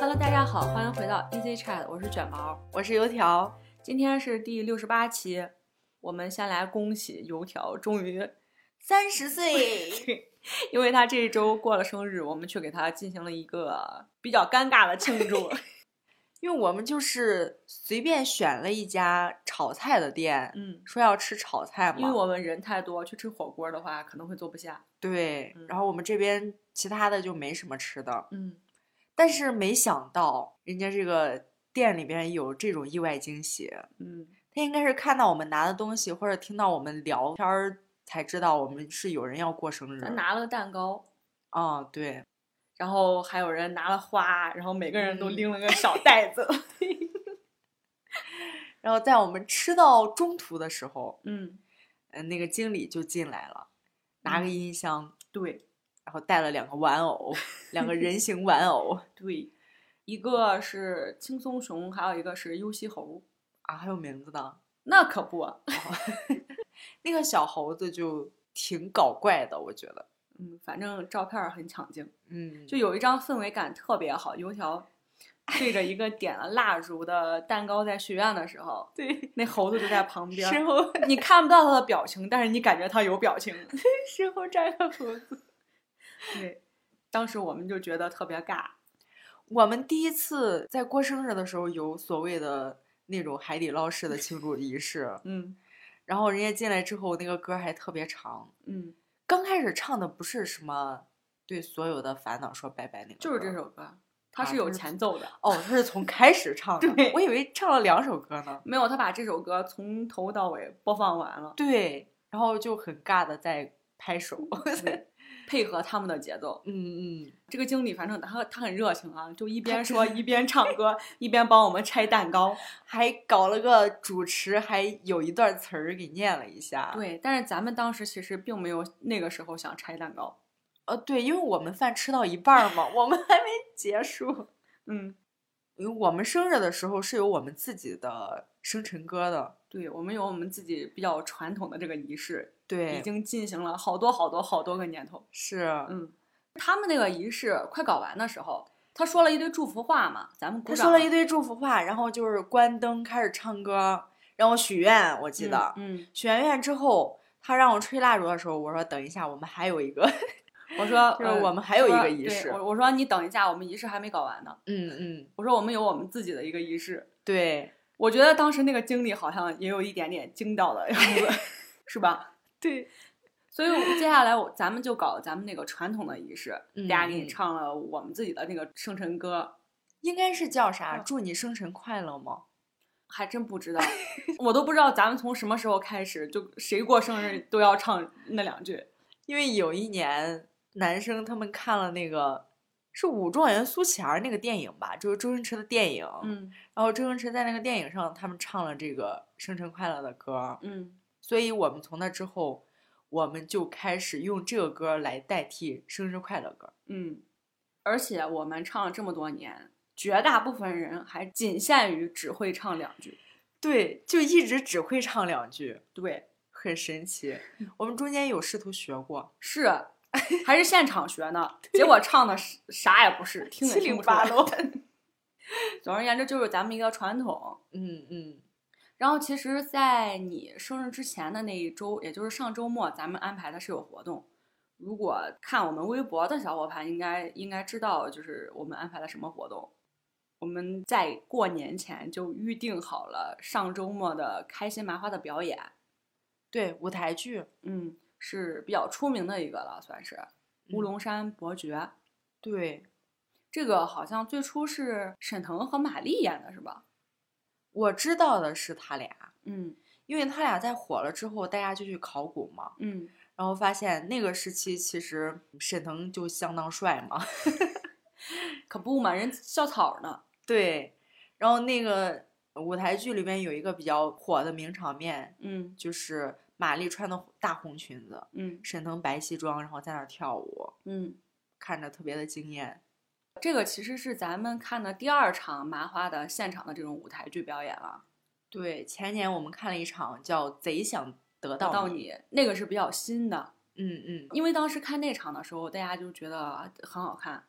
Hello，大家好，欢迎回到 Easy Chat，我是卷毛，我是油条。今天是第六十八期，我们先来恭喜油条，终于，三十岁，因为他这一周过了生日，我们去给他进行了一个比较尴尬的庆祝。 因为我们就是随便选了一家炒菜的店，嗯，说要吃炒菜嘛。因为我们人太多，去吃火锅的话可能会坐不下。对，嗯然后我们这边其他的就没什么吃的，嗯，但是没想到人家这个店里边有这种意外惊喜。嗯，他应该是看到我们拿的东西，或者听到我们聊天儿，才知道我们是有人要过生日。咱拿了个蛋糕，啊、对，然后还有人拿了花，然后每个人都嗯拎了个小袋子。 然后在我们吃到中途的时候，嗯，嗯，那个经理就进来了，拿个嗯音箱，对然后带了两个玩偶，两个人形玩偶对，一个是轻松熊，还有一个是优西猴。 啊，还有名字呢。那可不，那个小猴子就挺搞怪的，我觉得，嗯，反正照片儿很抢镜，嗯，就有一张氛围感特别好。油条对着一个点了蜡烛的蛋糕，在许愿的时候，对。那猴子就在旁边事儿，后你看不到他的表情，但是你感觉他有 表情。事后摘了胡子。 对，当时我们就觉得特别尬。我们第一次在过生日的时候有所谓的那种海底捞式的庆祝仪式，嗯然后人家进来之后，那个歌还特别长。嗯，刚开始唱的不是什么对所有的烦恼说拜拜那个，就是这。首歌，它啊是有它是前奏的。哦，他是从开始唱对的，我以为唱了两首歌呢。没有，他把这首歌从头到尾播放完了，对，然后就很尬的在拍 手。对配合他们的节奏。嗯嗯，这个经理反正他他很热情啊，就一边说 一边唱歌，一边帮我们拆蛋糕。还搞了个主持，还有一段词儿给念了一下。，对，但是咱们当时其实并没有那个时候想拆蛋糕。呃，对，因为我们饭吃到一半儿嘛，我们还没结束。嗯，因为我们生日的时候是有我们自己的生辰歌的，对，我们有我们自己比较传统的这个仪式，对，已经进行了好多好多好多个年头。是，嗯，他们那个仪式快搞完的时候，他说了一堆祝福话嘛，咱们鼓他掌。说了一堆祝福话，然后就是关灯开始唱歌，让我许愿，我记得、嗯，许完愿之后，他让我吹蜡烛的时候，我说等一下，我们还有一个， 嗯我说就是呃我们还有一说个仪对式我我说你等一下，我们仪式还没搞完呢。嗯嗯，我说我们有我们自己的一个仪式。对我觉得当时那个经理好像也有一点点惊到的样子， 是吧？对，所以我接下来我咱们就搞咱们那个传统的仪式，嗯大家给你嗯唱了我们自己的那个生辰歌，应该是叫啥？嗯祝你生辰快乐吗？还真不知道， 我都不知道咱们从什么时候开始，就谁过生日都要唱那两句。因为有一年男生他们看了那个是《武状元苏乞儿》那个电影吧，就是周星驰的电影。嗯然后周星驰在那个电影上，他们唱了这个《生辰快乐》的歌，嗯，所以我们从那之后，我们就开始用这个歌来代替生日快乐歌。嗯，而且我们唱了这么多年，绝大部分人还仅限于只会唱两句。对，就一直只会唱两句，对，很神奇。嗯我们中间有试图学过，是 还是现场学呢，结果唱的是啥也不是，听也七听零不出来八落。 总而言之，就是咱们一个传统。嗯嗯，然后其实，在你生日之前的那一周，也就是上周末，咱们安排的是有活动。如果看我们微博的小伙伴，应该应该知道，就是我们安排了什么活动。我们在过年前就预定好了上周末的开心麻花的表演，对，舞台剧，嗯，是比较出名的一个了，算是乌嗯龙山伯爵。对这个好像最初是沈腾和马丽演的，是吧？我知道的是他俩。嗯因为他俩在火了之后，大家就去考古嘛，嗯，然后发现那个时期其实沈腾就相当帅嘛， 可不嘛，人校草呢。对。然后那个舞台剧里面有一个比较火的名场面，嗯就是马丽穿的大红裙子，嗯沈腾白西装，然后在那儿跳舞，嗯。看着特别的惊艳。这个其实是咱们看的第二场麻花的现场的这种舞台剧表演了。对，前年我们看了一场叫《贼想得到到到你》，你那个是比较新的，嗯嗯，啊因为当时看那场的时候，大家就觉得很好看，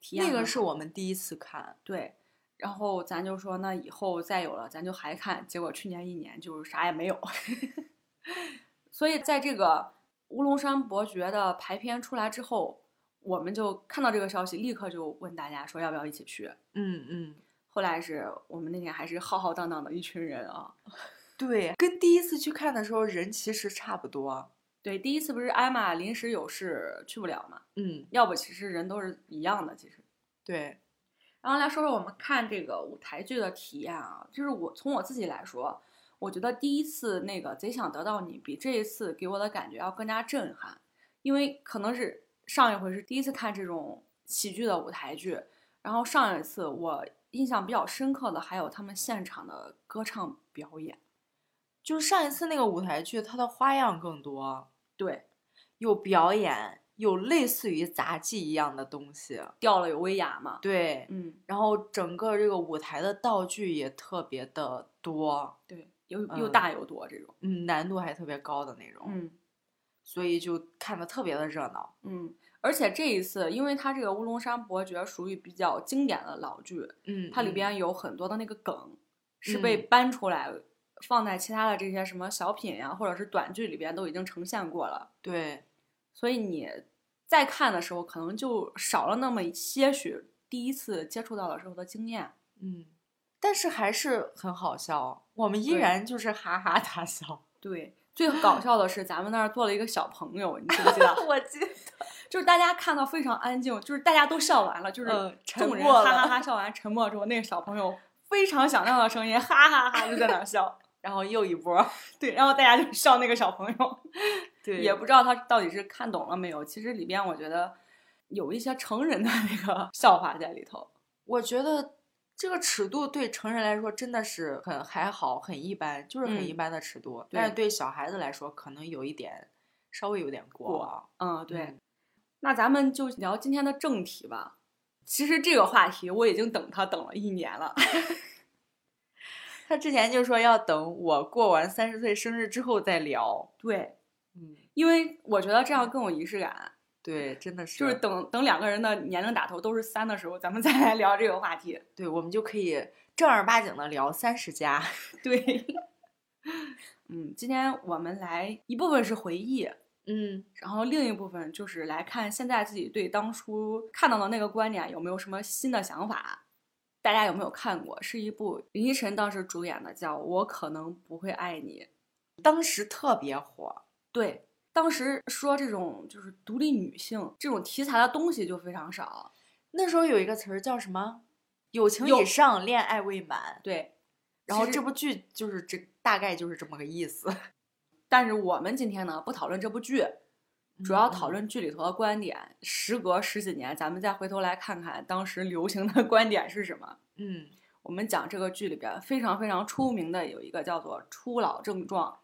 体验那个很是好我们第一次看，对，然后咱就说那以后再有了咱就还看，结果去年一年就是啥也没有， 所以在这个乌龙山伯爵的排片出来之后，我们就看到这个消息，立刻就问大家说要不要一起去。嗯嗯，后来是我们那天还是浩浩荡荡的一群人啊，对，跟第一次去看的时候人其实差不多，对，第一次不是艾玛临时有事去不了嘛，嗯，要不其实人都是一样的，其实。对，然后来说说我们看这个舞台剧的体验啊，就是我从我自己来说，我觉得第一次那个《贼想得到你》比这一次给我的感觉要更加震撼，因为可能是上一回是第一次看这种喜剧的舞台剧，然后上一次我印象比较深刻的还有他们现场的歌唱表演，就是上一次那个舞台剧，它的花样更多，对，有表演，有类似于杂技一样的东西，掉了有威亚嘛，对，嗯，然后整个这个舞台的道具也特别的多，对，又又嗯大又多这种，嗯，难度还特别高的那种，嗯。所以就看的特别的热闹，嗯，而且这一次，因为它这个《乌龙山伯爵》属于比较经典的老剧，嗯它里嗯边有很多的那个梗是被嗯搬出来，放在其他的这些什么小品呀、或者是短剧里边都已经呈现过了，对，所以你再看的时候，可能就少了那么些许第一次接触到的时候的经验。嗯，但是还是很好笑，我们依对然就是哈哈大笑，对，最搞笑的是咱们那儿做了一个小朋友，你记不记得？ 我记得，就是大家看到非常安静，就是大家都笑完了，就是嗯沉众人默哈哈了哈笑完，沉默之后，那个小朋友非常响亮的声音，哈哈哈就在那儿笑。然后又一波，对，然后大家就笑那个小朋友，对也不知道他到底是看懂了没有。其实里边我觉得有一些成人的那个笑话在里头。我觉得这个尺度对成人来说真的是很还好，很一般，就是很一嗯般的尺度。但是对对小孩子来说，可能有一点稍微有点过过了。嗯，对。嗯那咱们就聊今天的正题吧。其实这个话题我已经等他等了一年了。 他之前就说要等我过完三十岁生日之后再聊。对，嗯，因为我觉得这样更有仪式感。对，真的是，就是等等两个人的年龄打头都是三的时候，咱们再来聊这个话题。 对我们就可以正儿八经的聊三 十加。对，嗯，今天我们来一部分是回忆，嗯，然后另一部分就是来看现在自己对当初看到的那个观点有没有什么新的想法。大家有没有看过？是一部林依晨当时主演的，叫《我可能不会爱你》。当时特别火。对，当时说这种就是独立女性这种题材的东西就非常少。那时候有一个词儿叫什么？友情有以上，恋爱未满。对，然后其实这部剧就是这大概就是这么个意思。但是我们今天呢，不讨论这部剧，主要讨论剧里头的观点。时隔十几年，咱们再回头来看看当时流行的 观点是什么。嗯，嗯，我们讲这个剧里边非常非常出名的有一个叫做“初老症状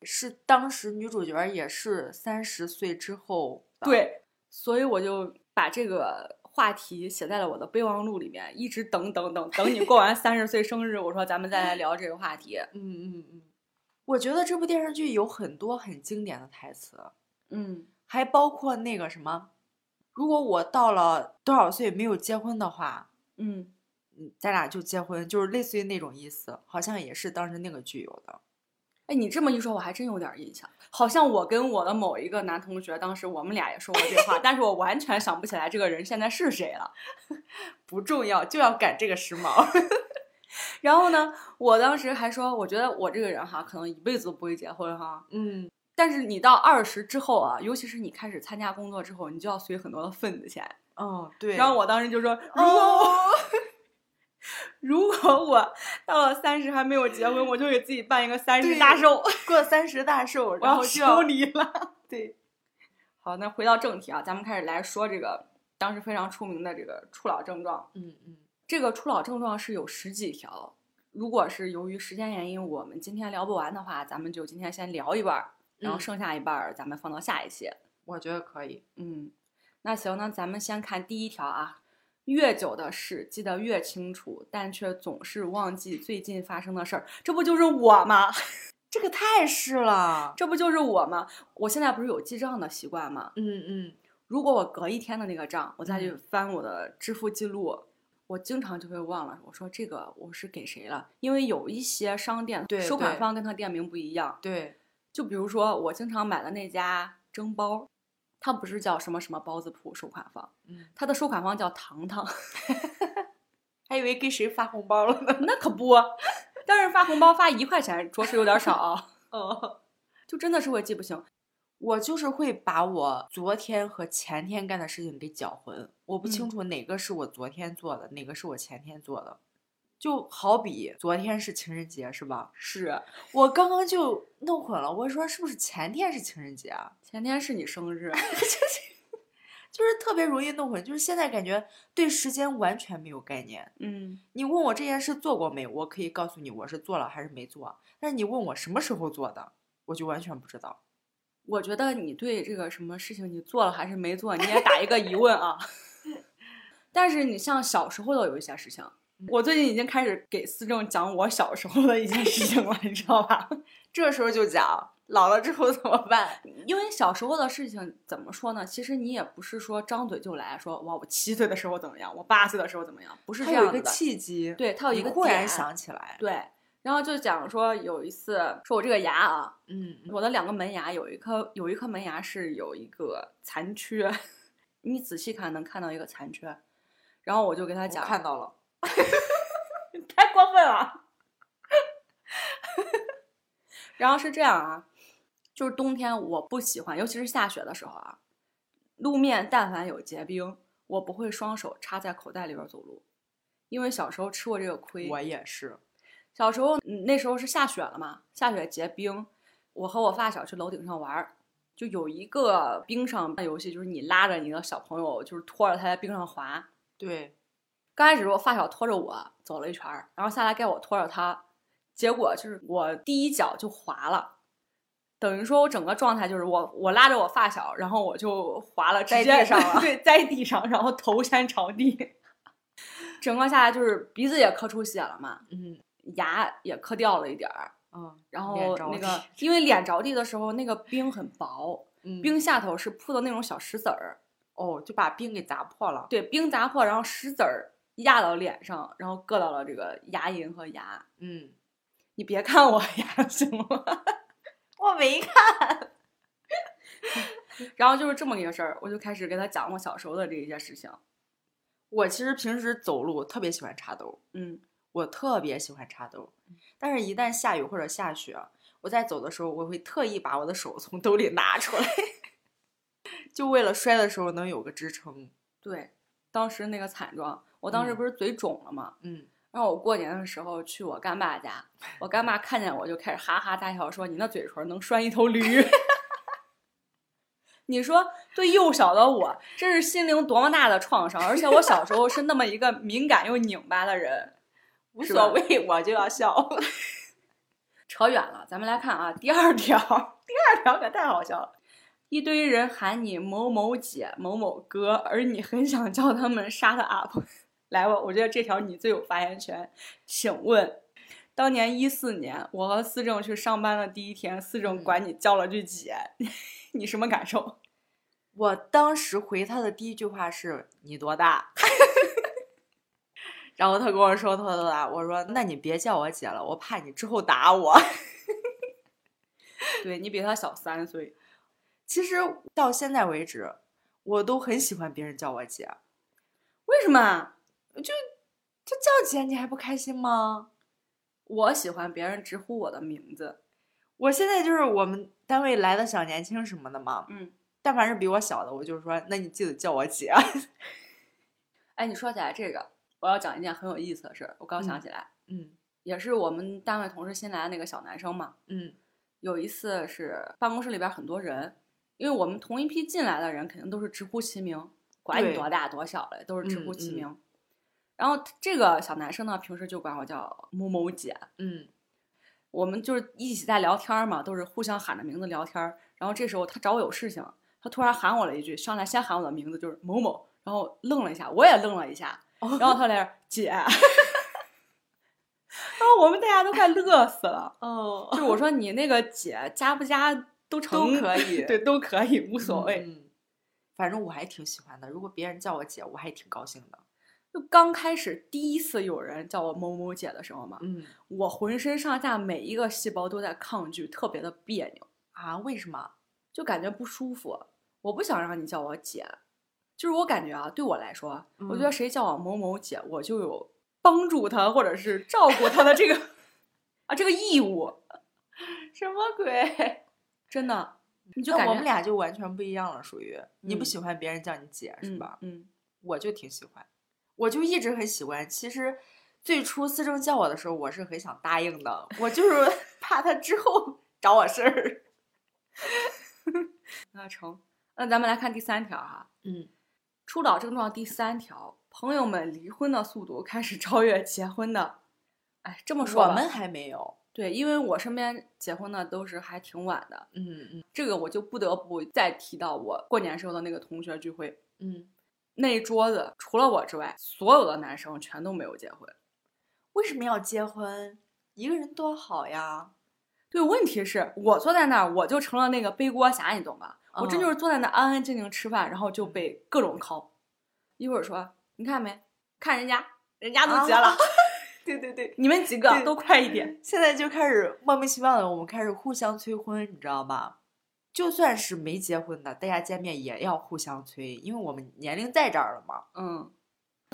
是当时女主角儿也是三十岁之后”，的，对，所以我就把这个话题写在了我的备忘录里面，一直等等等等你过完三十岁生日，我说咱们再来聊这个话题。嗯嗯嗯，我觉得这部电视剧有很多很经典的台词，嗯，还包括那个什么，如果我到了多少岁没有结婚的话，嗯，嗯，咱俩就结婚，就是类似于那种意思，好像也是当时那个剧有的。哎，你这么一说，我还真有点印象，好像我跟我的某一个男同学，当时我们俩也说过这话，但是我完全想不起来这个人现在是谁了。不重要，就要赶这个时髦。 然后呢，我当时还说，我觉得我这个人哈，可能一辈子都不会结婚哈。嗯，但是你到二十之后啊，尤其是你开始参加工作之后，你就要随很多的份子钱。哦，对。然后我当时就说，如果我、哦，如果我到了三十还没有结婚，我就给自己办一个三十对大寿，过三十大寿，我然要后就抽离了。 对，好，那回到正题啊，咱们开始来说这个当时非常出名的这个初老症状。嗯嗯这个初老症状是有十几条，如果是由于时间原因，我们今天聊不完的话，咱们就今天先聊一半儿，然后嗯剩下一半儿咱们放到下一期。我觉得可以。嗯，那行，那咱们先看第一条啊。越久的事记得越清楚，但却总是忘记最近发生的事儿。这不就是我吗？ 这个太是了。这不就是我吗？我现在不是有记账的习惯吗？嗯嗯，如果我隔一天的那个账，我再去嗯翻我的支付记录，我经常就会忘了。我说这个我是给谁了？因为有一些商店对收款对方跟他店名不一样，对，就比如说我经常买的那家蒸包，它不是叫什么什么包子铺收款方，嗯，它的收款方叫糖糖，还以为给谁发红包了呢。 那可不。但是发红包发一块钱，着实有点少啊，哦，就真的是会记不清。我就是会把我昨天和前天干的事情给搅浑，我不清嗯楚哪个是我昨天做的，哪个是我前天做的。就好比昨天是情人节是吧？是我刚刚就弄混了，我说是不是前天是情人节啊？前天是你生日，就是特别容易弄混，就是现在感觉对时间完全没有概念。嗯，你问我这件事做过没，我可以告诉你我是做了还是没做，但是你问我什么时候做的，我就完全不知道。我觉得你对这个什么事情你做了还是没做，你也打一个疑问 啊。但是你像小时候的有一些事情，我最近已经开始给思政讲我小时候的一件事情了，你知道吧？ 这时候就讲老了之后怎么办？因为小时候的事情怎么说呢？其实你也不是说张嘴就来说，哇，我七岁的时候怎么样，我八岁的时候怎么样，不是是这这样样一子个的。契机，对，它有一你个忽然点想起来，对，然后就讲说有一次，说我这个牙啊，嗯，嗯我的两个门牙有一颗有一颗门牙是有一个残缺，你仔细看能看到一个残缺，然后我就给他我讲，看到了， 太过分了。然后是这样啊，就是冬天我不喜欢，尤其是下雪的时候啊，路面但凡有结冰，我不会双手插在口袋里边走路，因为小时候吃过这个亏。我也是，小时候嗯那时候是下雪了嘛，下雪结冰，我和我发小去楼顶上玩儿，就有一个冰上游戏，就是你拉着你的小朋友，就是拖着他在冰上滑。对，刚开始我发小拖着我走了一圈儿，然后下来该我拖着他，结果就是我第一脚就滑了，等于说我整个状态就是我我拉着我发小，然后我就滑了，直在接地上了对，在地上，然后 头先着地，整个下来就是鼻子也磕出血了嘛，嗯牙也磕掉了一点儿，嗯，然脸后着那地 个因为脸着地的时候那个冰很薄，嗯冰下头是铺的那种小石子儿，哦就把冰给砸破了，对，冰砸破，然后石子儿压到脸上，然后硌到了这个牙龈和牙。嗯，你别看我 牙行吗？ 我没看，然后就是这么一个事儿，我就开始给他讲我小时候的这一些事情。我其实平时走路特别喜欢插兜，嗯，我特别喜欢插兜，但是一旦下雨或者下雪，我在走的时候，我会特意把我的手从兜里拿出来， 就为了摔的时候能有个支撑。对，当时那个惨状，我当时嗯不是嘴肿了吗？嗯，然后我过年的时候去我干爸家，我干爸看见我就开始哈哈大笑，说：“你那嘴唇能拴一头驴。” 你说对幼小的我，这是心灵多么大的创伤！而且我小时候是那么一个敏感又拧巴的人。无是所吧谓，我就要笑。 扯远了，咱们来看啊，第二条，第二条可太好笑了。一堆人喊你某某姐、某某哥，而你很想叫他们 shut up。来吧，我觉得这条你最有发言权。请问，当年一四年，我和思政去上班的第一天，思政管你叫了句姐， 你什么感受？我当时回他的第一句话是“你多大”， 然后他跟我说他多大，我说那你别叫我姐了，我怕你之后打我。 对你比他小三岁，其实到现在为止，我都很喜欢别人叫我姐。为什么啊？他叫姐你还不开心吗？我喜欢别人直呼我的名字。我现在就是我们单位来的小年轻什么的嘛，嗯，但凡是比我小的，我就说，那你记得叫我姐。 哎，你说起来这个，我要讲一件很有意思的事儿。我刚想嗯起来。嗯也是我们单位同事新来的那个小男生嘛。嗯有一次是办公室里边很多人，因为我们同一批进来的人肯定都是直呼其名，管你对多大多小嘞，都是直呼其嗯嗯名。然后这个小男生呢，平时就管我叫某某姐，嗯，我们就是一起在聊天儿嘛，都是互相喊着名字聊天儿。然后这时候他找我有事情，他突然喊我了一句，上来先喊我的名字就是某某，然后愣了一下，我也愣了一下，哦然后他在那儿姐， 然后我们大家都快乐死了。就哦，是我说你那个姐加不加都成都可以对，都可以，无所谓。嗯，嗯反正我还挺喜欢的。如果别人叫我姐，我还挺高兴的。就刚开始第一次有人叫我某某姐的时候嘛，嗯我浑身上下每一个细胞都在抗拒，特别的别扭，啊，为什么？就感觉不舒服。我不想让你叫我姐，就是我感觉啊，对我来说，我觉得嗯谁叫我某某姐，我就有帮助她或者是照顾她的这个啊这个义务，什么鬼？ 真的，你就就感觉我们俩就完全不一样了，属于你不嗯喜欢别人叫你姐、是吧？嗯，我就挺喜欢，我就一直很喜欢。其实最初思政叫我的时候，我是很想答应的，我就是 怕他之后 找我事儿。那成。那咱们来看第三条哈，嗯，初老症状第三条，朋友们离婚的速度开始超越结婚的。哎，这么说我吧们还没有。对，因为我身边结婚的都是还挺晚的，嗯嗯这个我就不得不再提到我过年时候的那个同学聚会，嗯，那一桌子除了我之外，所有的男生全都没有结婚。为什么要结婚？一个人多好呀！对，问题是我坐在那儿，我就成了那个背锅侠，你懂吧？我真嗯就是坐在那儿安安静静吃饭，然后就被各种拷。一会儿说你看没，看人家，人家都结了，啊对对对，你们几个对都快一点。现在就开始莫名其妙的，我们开始互相催婚，你知道吗？就算是没结婚的，大家见面也要互相催，因为我们年龄在这儿了嘛。嗯，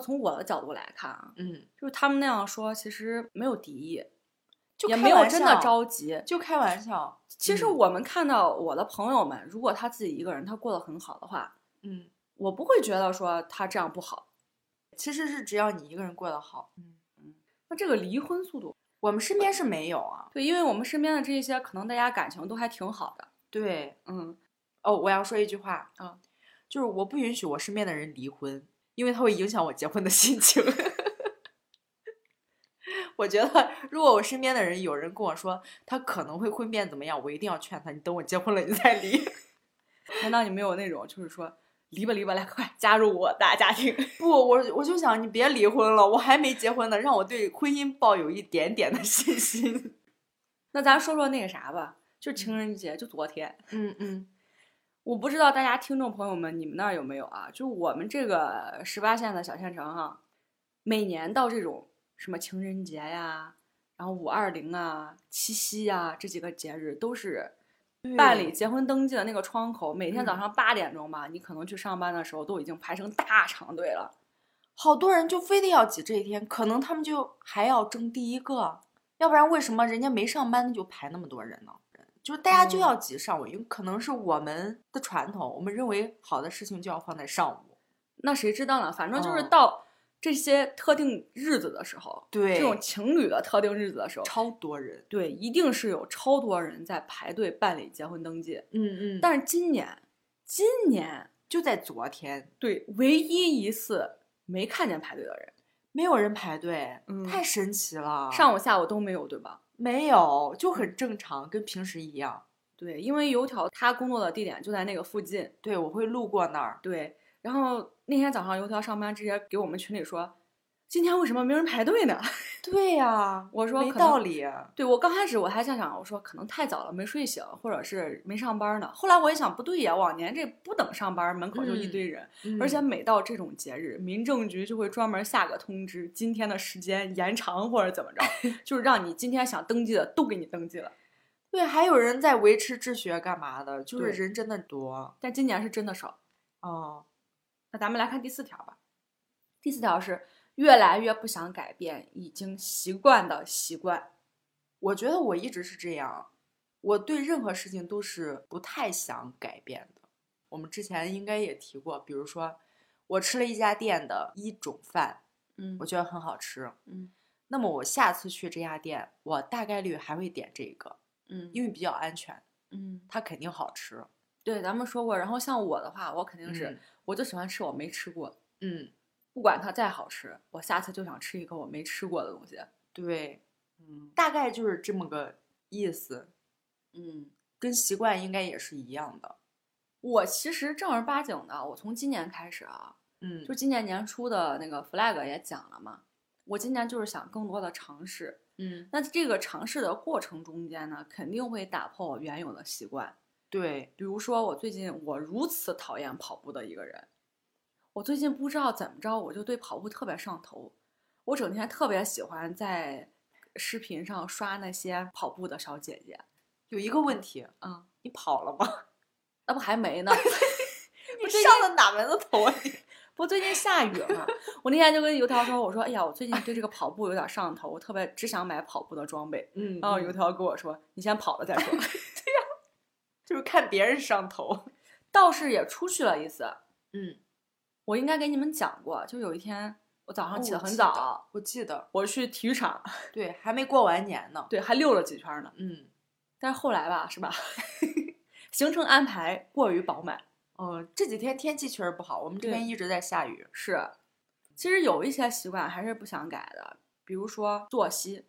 从我的角度来看啊，嗯，就是他们那样说，其实没有敌意，就也开没有玩真的笑，着急。就开玩笑。其实嗯我们看到我的朋友们，如果他自己一个人，他过得很好的话，嗯，我不会觉得说他这样不好。其实是只要你一个人过得好，那这个离婚速度，我们身边是没有啊。对，因为我们身边的这些，可能大家感情都还挺好的。对，嗯，哦，我要说一句话啊，就是我不允许我身边的人离婚，因为他会影响我结婚的心情。 我觉得，如果我身边的人有人跟我说他可能会婚变怎么样，我一定要劝他，你等我结婚了你再离。 难道你没有那种就是说离吧离吧，来快加入我大家庭？ 不，我我就想你别离婚了，我还没结婚呢，让我对婚姻抱有一点点的信心。那咱说说那个啥吧，就情人节，就昨天，嗯嗯，我不知道大家听众朋友们你们那儿有没有啊？就我们这个十八线的小县城啊，每年到这种什么情人节呀，然后五二零啊、七夕呀这几个节日，都是办理结婚登记的那个窗口，每天早嗯上八点钟吧，你可能去上班的时候都已经排成大长队了。好多人就非得要挤这一天，可能他们就还要争第一个，啊要不然为什么人家没上班就排那么多人呢？就是大家就要挤上午，因为可能是我们的传统，我们认为好的事情就要放在上午。那谁知道呢？反正就是嗯到这些特定日子的时候，对这种情侣的特定日子的时候，超多人，对，一定是有超多人在排队办理结婚登记。嗯嗯但但是今年，今年就在昨天，对唯一一次没看见排队的人，没有人排队，嗯太神奇了。上午下午都没有，对吧？没有就很正常，跟平时一样。对，因为油条他工作的地点就在那个附近，对，我会路过那儿，对。然后那天早上油条上班直接给我们群里说，今天为什么没人排队呢？对呀、我说没可能道理，啊对我刚开始我还在想，我说可能太早了没睡醒，或者是没上班呢。后来我一想，不对呀，往年这不等上班，门口就一嗯堆人，而且每到这种节日，民政局就会专门下个通知，今天的时间延长或者怎么 着，就是让你今天想登记的都给你登记了。对，还有人在维持秩序啊干嘛的，就是对人真的多但今年是真的少。哦。那咱们来看第四条吧。第四条是越来越不想改变已经习惯的习惯。我觉得我一直是这样，我对任何事情都是不太想改变的。我们之前应该也提过，比如说我吃了一家店的一种饭，嗯我觉得很好吃，嗯那么我下次去这家店，我大概率还会点这个，嗯因为比较安全，嗯，它肯定好吃。对，咱们说过。然后像我的话，我肯定是、嗯我就喜欢吃我没吃过，嗯，不管它再好吃，我下次就想吃一个我没吃过的东西。对，嗯大概就是这么个意思，嗯。跟习惯应该也是一样的。我其实正儿八经的，我从今年开始啊，嗯，就今年年初的那个 flag 也讲了嘛，我今年就是想更多的尝试。嗯，那这个尝试的过程中间呢，肯定会打破我原有的习惯，对，比如说，我最近我如此讨厌跑步的一个人，我最近不知道怎么着，我就对跑步特别上头。我整天特别喜欢在视频上刷那些跑步的小姐姐，有一个问题，嗯，你跑了吗？ 那不还没呢？ 你最近上了哪门子头啊你？不最近下雨嘛，我那天就跟油条说，我说，哎呀，我最近对这个跑步有点上头，我特别只想买跑步的装备。嗯然后油条跟我说，你先跑了再说。 就是看别人上头。倒是也出去了一次，嗯，我应该给你们讲过，就有一天我早上起哦得我很记早，我记得，我去体育场，对，还没过完年呢。对，还溜了几圈呢。嗯，但是后来吧，是吧？ 行程安排过于饱满，哦，这几天天气确实不好，我们这边对一直在下雨。是。其实有一些习惯还是不想改的，比如说作息。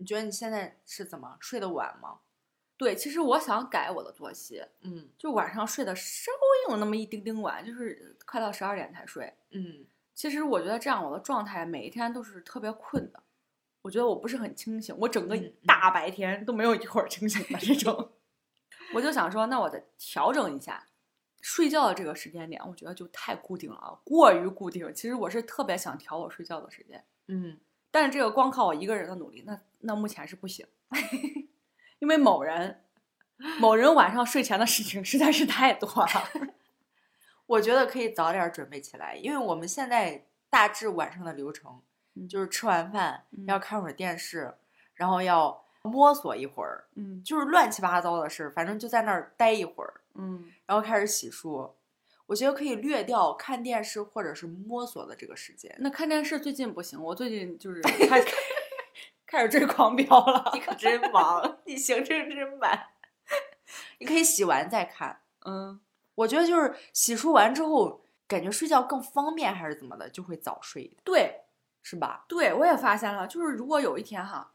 你觉得你现在是怎么睡得晚吗？对，其实我想改我的作息，嗯就晚上睡得稍微有那么一丁丁晚，就是快到十二点才睡。嗯，其实我觉得这样我的状态每一天都是特别困的，我觉得我不是很清醒，我整个嗯嗯大白天都没有一会儿清醒的这种。 我就想说，那我得调整一下睡觉的这个时间点，我觉得就太固定了啊，过于固定。其实我是特别想调我睡觉的时间，嗯，但是这个光靠我一个人的努力，那那目前是不行， 因为某人某人晚上睡前的事情实在是太多 了。我觉得可以早点准备起来，因为我们现在大致晚上的流程、嗯就是吃完饭、嗯要看会儿电视，然后要摸索一会儿，嗯就是乱七八糟的事儿，反正就在那儿待一会儿，嗯，然后开始洗漱。我觉得可以略掉看电视或者是摸索的这个时间。那看电视最近不行，我最近 就是开开开始追狂飙了。你可真忙，你行程真满。你可以洗完再看。嗯，我觉得就是洗漱完之后，感觉睡觉更方便还是怎么的，就会早睡一点，对是吧？对，我也发现了，就是如果有一天哈，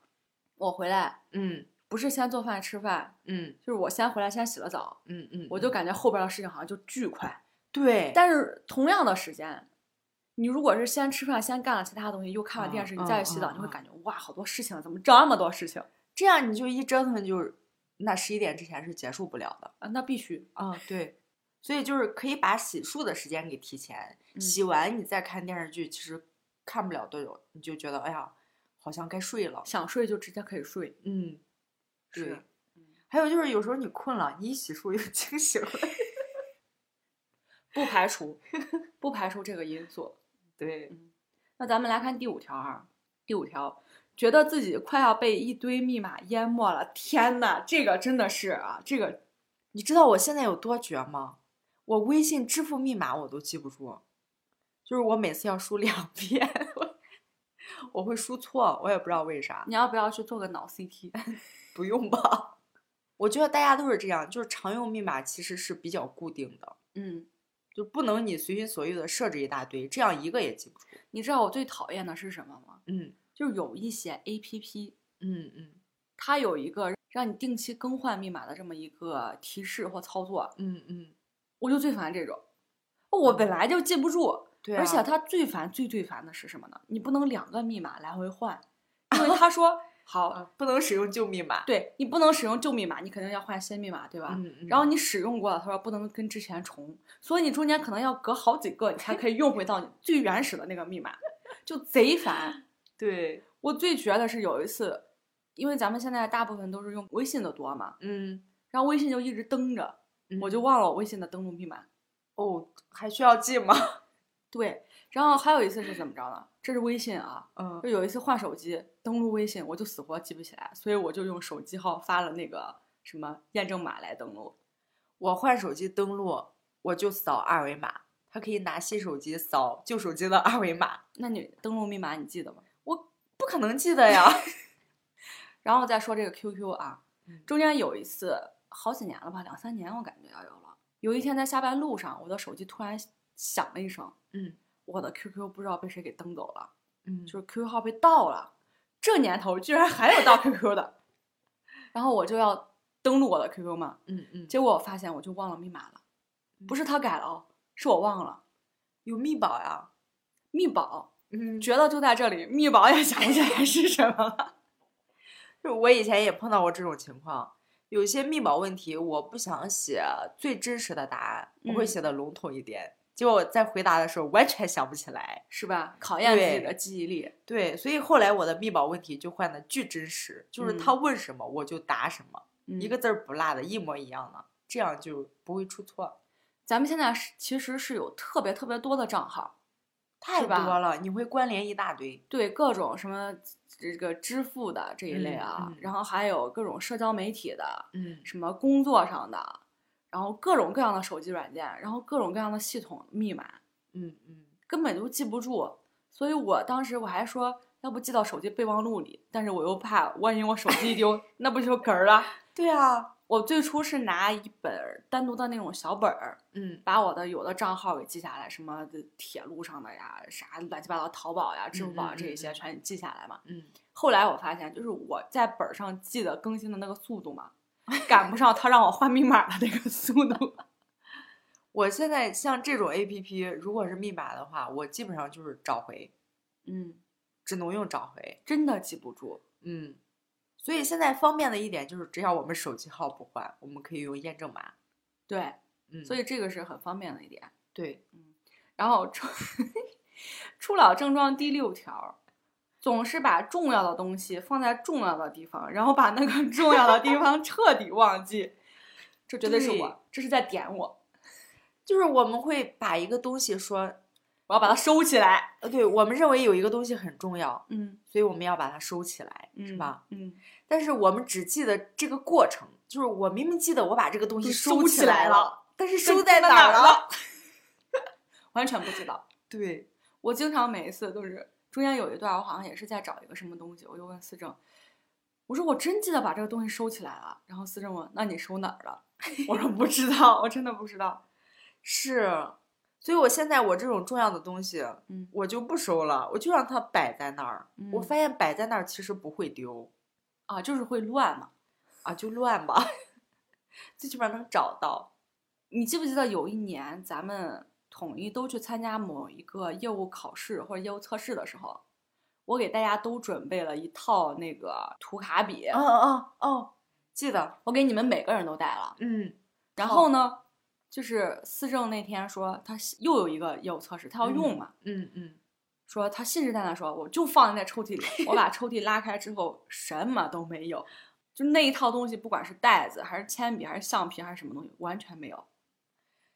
我回来嗯不是先做饭吃饭，嗯就是我先回来先洗了澡，嗯嗯，我就嗯感觉后边的事情好像就巨快。对，但是同样的时间，你如果是先吃饭先干了其他东西，又看完电视，嗯你再去嗯洗澡，嗯你会嗯感觉哇，好多事情，啊怎么这么多事情这样你就一折腾就是，那十一点之前是结束不了的。啊？那必须。啊，对。所以就是可以把洗漱的时间给提前，嗯洗完你再看电视剧，其实看不了多久，你就觉得哎呀，好像该睡了。想睡就直接可以睡，嗯，是对嗯。还有就是有时候你困了，你一洗漱又清醒了。 不排除不排除这个因素。对那咱们来看第五条啊，第五条，觉得自己快要被一堆密码淹没了，天呐，这个真的是啊，这个你知道我现在有多绝吗？我微信支付密码我都记不住，就是我每次要输两 遍，我我会输错，我也不知道为啥。你要不要去做个脑 CT？嗯不用吧？ 我觉得大家都是这样，就是常用密码其实是比较固定的，嗯，就不能你随心所欲的设置一大堆，这样一个也记不住。你知道我最讨厌的是什么吗？嗯就是有一些 APP，嗯嗯它有一个让你定期更换密码的这么一个提示或操作，嗯嗯，我就最烦这种。我本来就记不住，对、啊，而且它最烦、最最烦的是什么呢？你不能两个密码来回换，因为他 说好，啊不能使用旧密码，对你不能使用旧密码，你肯定要换新密码，对吧？嗯嗯，然后你使用过了，他说不能跟之前重，所以你中间可能要隔好几个，你才可以用回到你最原始的那个密码，就贼烦。对，我最绝的是有一次，因为咱们现在大部分都是用微信的多嘛，嗯，然后微信就一直登着，我就嗯忘了我微信的登录密码。哦，还需要记吗？ 对，然后还有一次是怎么着呢？这是微信啊，嗯就有一次换手机登录微信，我就死活记不起来，所以我就用手机号发了那个什么验证码来登录。我换手机登录，我就扫二维码，他可以拿新手机扫旧手机的二维码，那你登录密码你记得吗？不可能记得呀。然后再说这个 QQ 啊嗯，中间有一次好几年了吧，两三年我感觉要有了。有一天在下班路上，我的手机突然响了一声，嗯我的 QQ 不知道被谁给登走了， 嗯，就是 QQ 号被盗了。这年头居然还有盗 QQ 的，然后我就要登录我的 QQ 嘛，嗯嗯，结果我发现我就忘了密码了，不是他改了哦，是我忘了有密保呀。密保。嗯，觉得就在这里，密保也想不起来是什么了。就我以前也碰到过这种情况，有些密保问题，我不想写最真实的答案，我会嗯写的笼统一点。结果我在回答的时候完全想不起来。是吧？考验自己对的记忆力。对，所以后来我的密保问题就换的巨真实，就是嗯他问什么我就答什么，一嗯个字儿不落的，一模一样的，这样就不会出错。咱们现在是其实是有特别特别多的账号，太是吧多了，你会关联一大堆。对各种什么这个支付的这一类嗯啊，嗯然后还有各种社交媒体的，嗯，什么工作上的，然后各种各样的手机软件，然后各种各样的系统密码，嗯嗯，根本就记不住。所以我当时我还说，要不记到手机备忘录里，但是我又怕万一我手机一丢，那不就嗝儿了。 对啊，我最初是拿一本儿单独的那种小本儿，嗯把我的有的账号给记下来，什么的铁路上的呀，啥乱七八糟，淘宝呀、支付宝嗯嗯啊这一嗯些嗯全记下来嘛。嗯，后来我发现，就是我在本儿上记得更新的那个速度嘛，赶不 上他让我换密码的那个速度。我现在像这种 A P P，如果是密码的话，我基本上就是找回，嗯，只能用找回。真的记不住。嗯，所以现在方便的一点就是，只要我们手机号不换，我们可以用验证码。对，嗯，所以这个是很方便的一点。对，然后初 初老症状第六条，总是把重要的东西放在重要的地方，然后把那个重要的地 方彻底忘记。这绝对是对我，这是在点我，就是我们会把一个东西说，我要把它收起来。呃，对我们认为有一个东西很重要，嗯，所以我们要把它收起来，是嗯吧？？嗯，但是我们只记得这个过程，就是我明明记得我把这个东西就收起起来了了，但是但收记在得哪哪儿儿了？ 完全不知道。对，我经常每一次都是中间有一段，我好像也是在找一个什么东西，我就问思政，我说我真记得把这个东西收起来了。然后思政问，那你收哪儿了？ 我说不知道，我真的不知道。是，所以我现在我这种重要的东西，嗯我就不收了，我就让它摆在那儿。我嗯发现摆在那儿其实不会丢啊，就是会乱嘛。啊，就乱吧， 最起码能找到。你记不记得有一年咱们统一都去参加某一个业务考试或者业务测试的时候，我给大家都准备了一套那个图卡笔，哦哦哦，记得，我给你们每个人都带了。嗯然好后呢，就是思政那天说他又有一个业务测试，他要用嘛。嗯嗯，说他信誓旦旦说，我就放在抽屉里。我把抽屉拉开之后，什么都没有，就那一套东西，不管是袋子还是铅笔还是橡皮还是什么东西，完全没有。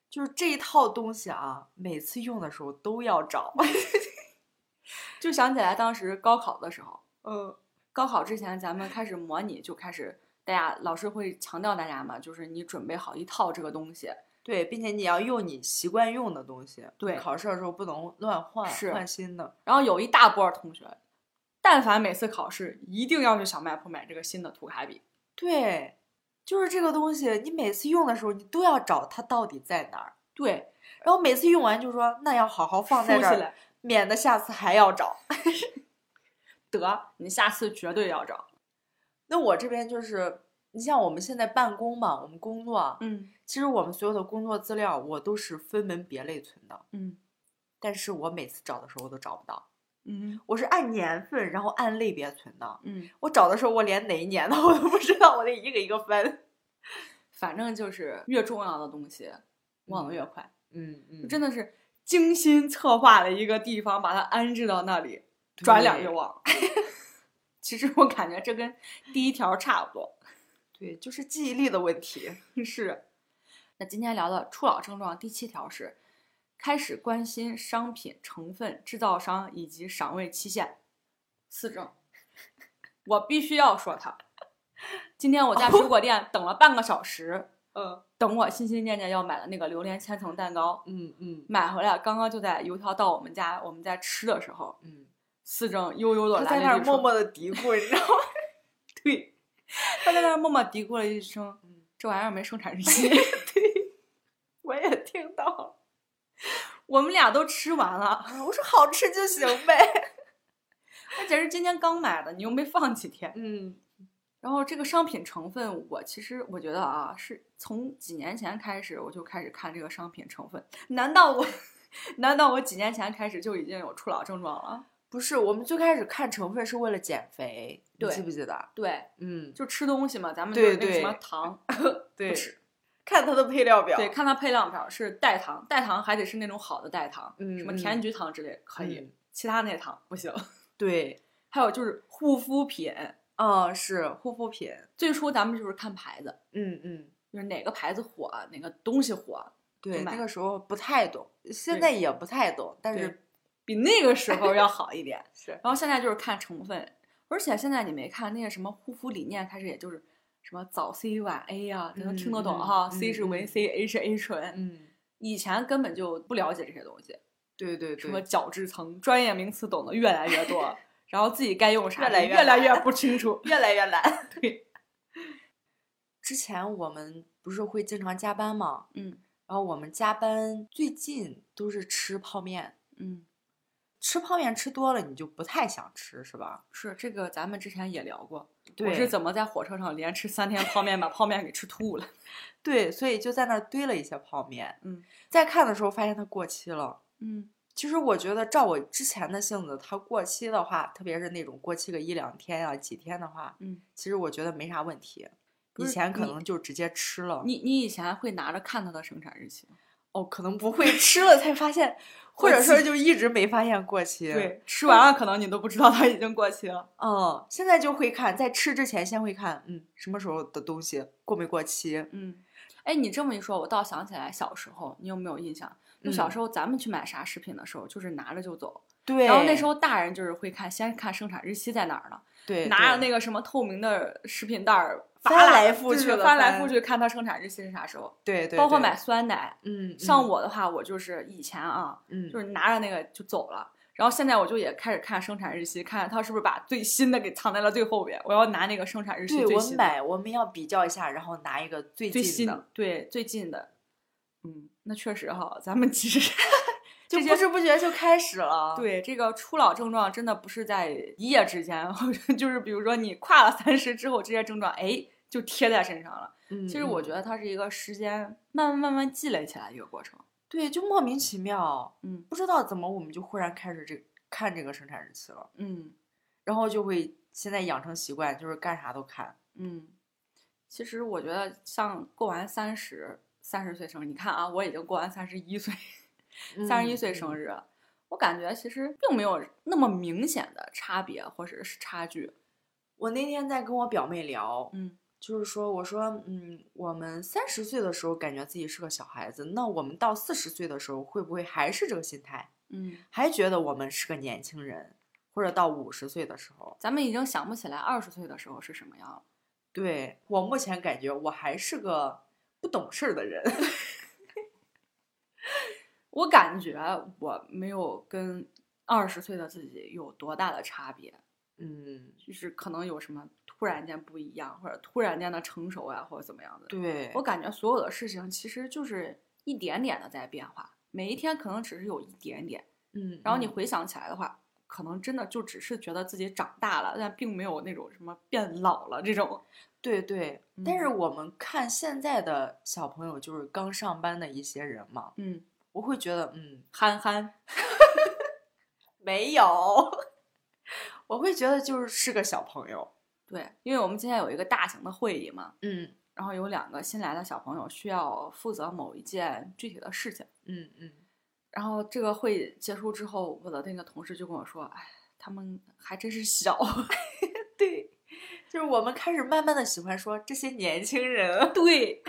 就是这一套东西啊，每次用的时候都要找。就想起来当时高考的时候，嗯高考之前咱们开始模拟，就开始大家老师会强调大家嘛，就是你准备好一套这个东西，对，并且你要用你习惯用的东西，对考试的时候不能乱换，是换新的。然后有一大波儿同学，但凡每次考试一定要去小卖铺买这个新的涂卡笔，对，就是这个东西，你每次用的时候，你都要找它到底在哪儿。对，然后每次用完就说那要好好放在收这起儿，来，免得下次还要找。得你下次绝对要找，那我这边就是，你像我们现在办公嘛，我们工作啊，嗯其实我们所有的工作资料我都是分门别类存的，嗯但是我每次找的时候我都找不到，嗯我是按年份然后按类别存的，嗯，我找的时候我连哪一年的 我都不知道，我得一个一个翻。反正就是越重要的东西忘得越快，嗯嗯，就真的是精心策划了一个地方，把它安置到那里，转脸就对忘了。 其实我感觉这跟第一条差不多。 对，就是记忆力的问题。是，那今天聊的初老症状第七条是，开始关心商品成分、制造商以及赏味期限。四症，我必须要说它。今天我哦在水果店等了半个小时，嗯等我心心念念要买的那个榴莲千层蛋糕，嗯嗯买回来刚刚就在油条到我们家，我们在吃的时候，嗯，四正悠悠我的在来那了儿一句 默说，默的嘀咕，你知道吗？对，他在那儿默默嘀咕了一声嗯，这玩意儿没生产日 期。我也听到了。我们俩都吃完了。啊我说好吃就行呗。那姐是今天刚买的，你又没放几天。 嗯然后这个商品成分，我其实我觉得啊，是从几年前开始我就开始看这个 商品成分。难道我，难道我几年前开始就已经有初老症状了？，不不是，我们最开始看成分是为了减肥，你对记不记得？对，嗯，就吃东西嘛，咱们就对是那个什对么糖，对不吃看它的配料表，对，看它配料表是代糖，代糖还得是那种好的代糖，嗯什么嗯甜菊糖之类可以，嗯其他那些糖不行。 对，还有就是护肤品，嗯，是护肤品，最初咱们就是看牌子，嗯嗯，就是哪个牌子火，哪个东西火，对，买那个时候不太懂，现对在也不太懂，但对是，比那个时候要好一点。 是，然后现在就是看成分，而且现在你没看那些什么护肤理念，开始也就是什么早 C 晚 A 呀、啊，你能听得懂嗯哈、嗯 c 是维嗯 C，A 是 A 醇、嗯，以前根本就不了解这些东西，对对什么对，角质层，专业名词懂得越来越多， 然后自己该用啥越的来越越来懒。越不清楚越来越懒。对， 之前我们不是会经常加班吗？ 嗯然后我们加班最近都是吃泡面，嗯，吃泡面吃多了你就不太想吃，是吧？是这个，咱们之前也聊过，对我是怎么在火车上连吃三天泡面，把泡面给吃吐了。对，所以就在那儿堆了一些泡面。 嗯在看的时候发现它过期了。嗯其实我觉得，照我之前的性子，它过期的话，特别是那种过期个一两天呀、几天的话，嗯，其实我觉得没啥问题。不以是前可你能就直接吃了，你你以前会拿着看它的生产日期吗？哦，可能不会吃了才发现，过或者说期就一直没发现过期。，对，吃完了可能你都不知道它已经过期了。嗯，现在就会看，在吃之前先会看，嗯，什么时候的东西过没过期？嗯， 哎，你这么一说，我倒想起来小时候，你有没有印象？就小嗯时候咱们去买啥食品的时候，就是拿着就走。对，然后那时候大人就是会看，先看生产日期在哪儿呢，对拿着那个个什么透明的食品袋儿翻扒拉来覆就是去地翻来翻覆去看它生产日期是啥时候。对对，包括对买酸奶，嗯，像嗯我的话，我就是以前啊，嗯就是拿着那个就走了。然后现在我就也开始看生产日期，看它是不是把最新的给藏在了最后边。我要拿那个生产日期对最我新的。买我们要比较一下，然后拿一个最最近新的，对最近的，嗯，那确实哈，咱们其实 就这不些知不觉就开始了。对这个初老症状真的不是在一夜之间， 就是比如说你跨了三十之后，这些症状哎就贴在身上了。嗯，其实我觉得得它是一个时间慢慢慢慢积累起来的一个过程。对，就莫名其妙，嗯不知道怎么我们就忽然开始这看这个生产日期了，嗯然后就会现在养成习惯，就是干啥都看。嗯，其实我觉得像过完三十。三十岁生日，你看啊，我已经过完三十一岁，三十一岁生日，日，我感觉其实并没有那么明显的差别或者是差距。我那天在跟我表妹聊，嗯，就是说，我说，嗯，我们三十岁的时候感觉自己是个小孩子，那我们到四十岁的时候会不会还是这个心态，嗯，还觉得我们是个年轻人，或者到五十岁的时候？咱们已经想不起来二十岁的时候是什么样了。对我目前感觉我还是个不懂事儿的人。 我感觉我没有跟二十岁的自己有多大的差别，嗯，就是可能有什么突然间不一样，或者突然间的成熟呀、或者怎么样的。对我，感觉所有的事情其实就是一点点的在变化，每一天可能只是有一点点，嗯，然后你嗯回想起来的话。可能真的就只是觉得自己长大了，但并没有那种什么变老了这种。对对，但是嗯我们看现在的小朋友，就是刚上班的一些人嘛，嗯，我会觉得，嗯，憨憨，没有， 我会觉得就是是个小朋友。对，因为我们今天有一个大型的会议嘛，嗯然后有两个新来的小朋友需要负责某一件具体的事情。嗯嗯，然后这个会议结束之后，我的那个同事就跟我说：“哎，他们还真是小。。对，就是我们开始慢慢的喜欢说这些年轻人对，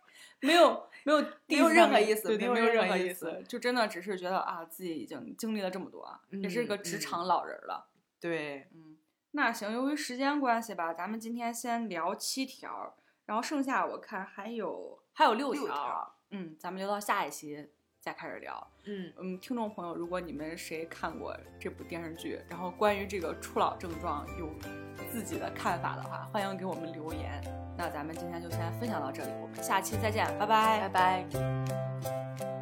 没有没有没有任何意思对对，没有没有任任何何意意思，就真的只是觉得啊，自己已经经历了这么多啊，也是嗯个职嗯场老人了。对，嗯，那行，由于时间关系吧，咱们今天先聊七条，然后剩下我看还有还有六六条条嗯，咱们留到下一期再开始聊。嗯，嗯，听众朋友，如果你们谁看过这部电视剧，然后关于这个初老症状有自己的看法的话，欢迎给我们留言。那咱们今天就先分享到这里，我们下期再见，拜拜拜拜。